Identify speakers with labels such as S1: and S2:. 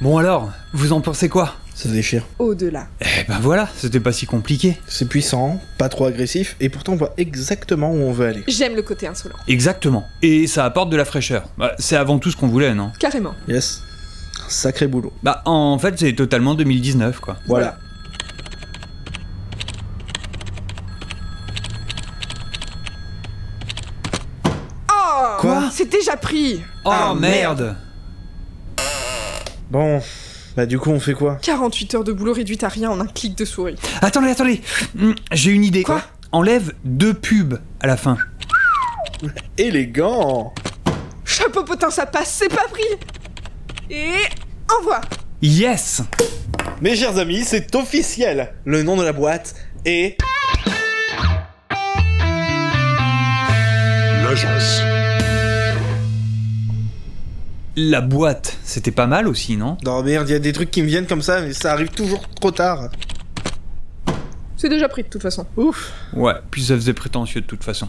S1: Bon alors, vous en pensez quoi
S2: Ça se déchire.
S3: Au-delà.
S1: Eh ben voilà, c'était pas si compliqué.
S2: C'est puissant, pas trop agressif, et pourtant on voit exactement où on veut aller.
S3: J'aime le côté insolent.
S1: Exactement. Et ça apporte de la fraîcheur. Bah, c'est avant tout ce qu'on voulait, non
S3: Carrément.
S2: Yes. Sacré boulot.
S1: Bah en fait, c'est totalement 2019 quoi.
S2: Voilà.
S3: Oh
S2: Quoi
S3: C'est déjà pris
S1: Oh
S2: Ah,
S1: merde
S2: Bon. Bah du coup on fait quoi
S3: 48 heures de boulot réduite à rien en un clic de souris.
S1: Attendez, attendez Hmm, J'ai une idée.
S3: Quoi
S1: Enlève deux pubs à la fin.
S2: Élégant
S3: Chapeau potin, ça passe, c'est pas pris Et envoie
S1: Yes
S2: Mes chers amis, c'est officiel Le nom de la boîte est...
S4: l'agence.
S1: La boîte, c'était pas mal aussi, non
S2: Non merde, y a des trucs qui me viennent comme ça, mais ça arrive toujours trop tard.
S3: C'est déjà pris de toute façon.
S2: Ouf
S1: Ouais, puis ça faisait prétentieux de toute façon.